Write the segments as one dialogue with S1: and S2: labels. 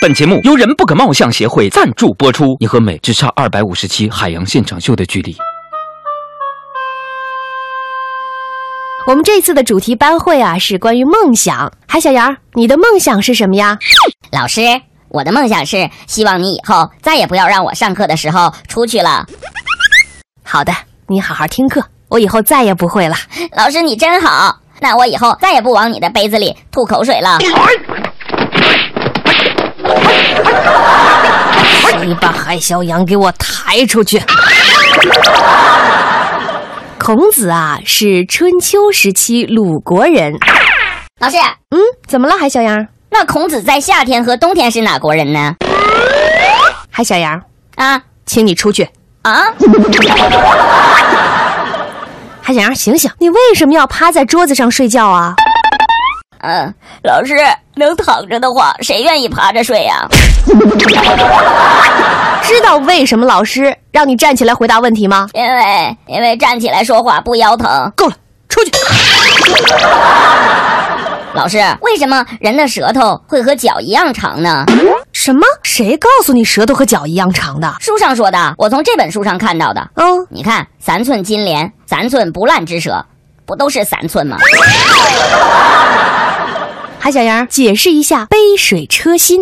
S1: 本节目由人不可貌相协会赞助播出，你和美只差二百五十期海洋现场秀的距离。
S2: 我们这次的主题班会啊，是关于梦想。海小杨，你的梦想是什么呀？
S3: 老师，我的梦想是希望你以后再也不要让我上课的时候出去了。
S2: 好的，你好好听课，我以后再也不会了。
S3: 老师，你真好。那我以后再也不往你的杯子里吐口水了。
S2: 你把海小羊给我抬出去！孔子啊，是春秋时期鲁国人。
S3: 老师，
S2: 嗯，怎么了，海小羊？
S3: 那孔子在夏天和冬天是哪国人呢？
S2: 海小羊，
S3: 啊
S2: 请你出去！
S3: 啊！
S2: 海小羊，醒醒！你为什么要趴在桌子上睡觉啊？
S3: 嗯，老师能躺着的话，谁愿意爬着睡呀、
S2: 知道为什么老师让你站起来回答问题吗？
S3: 因为因为站起来说话不腰疼。
S2: 够了，出去！
S3: 老师，为什么人的舌头会和脚一样长呢？
S2: 什么？谁告诉你舌头和脚一样长的？
S3: 书上说的，我从这本书上看到的。
S2: 嗯，
S3: 你看，三寸金莲，三寸不烂之舌，不都是三寸吗？
S2: 海小羊，解释一下“杯水车薪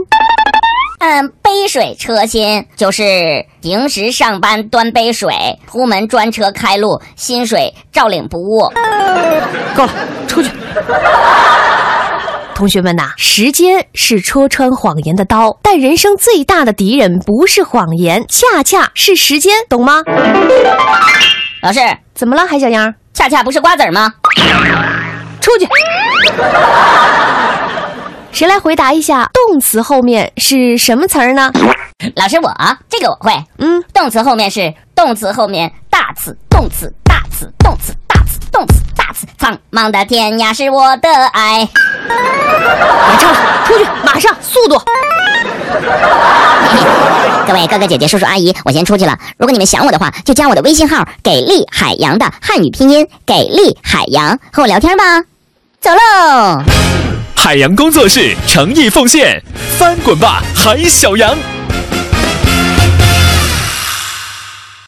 S3: 嗯，杯水车薪就是平时上班端杯水，出门专车开路，薪水照领不误。”。
S2: 够了，出去！同学们呐、时间是戳穿谎言的刀，但人生最大的敌人不是谎言，恰恰是时间，懂吗？
S3: 老师，
S2: 怎么了，海小羊？
S3: 恰恰不是瓜子儿吗？
S2: 出去！谁来回答一下动词后面是什么词儿呢？
S3: 老师我，啊，这个我会。
S2: 嗯，
S3: 动词后面是动词后面大词，动词大词，动词大词，动词大词。苍茫的天涯是我的爱。
S2: 别唱了，出去，马上，速度！
S3: 各位哥哥姐姐、叔叔阿姨，我先出去了。如果你们想我的话，就加我的微信号“给力海洋”的汉语拼音“给力海洋”，和我聊天吧。走喽。
S4: 海洋工作室诚意奉献，翻滚吧，海小羊！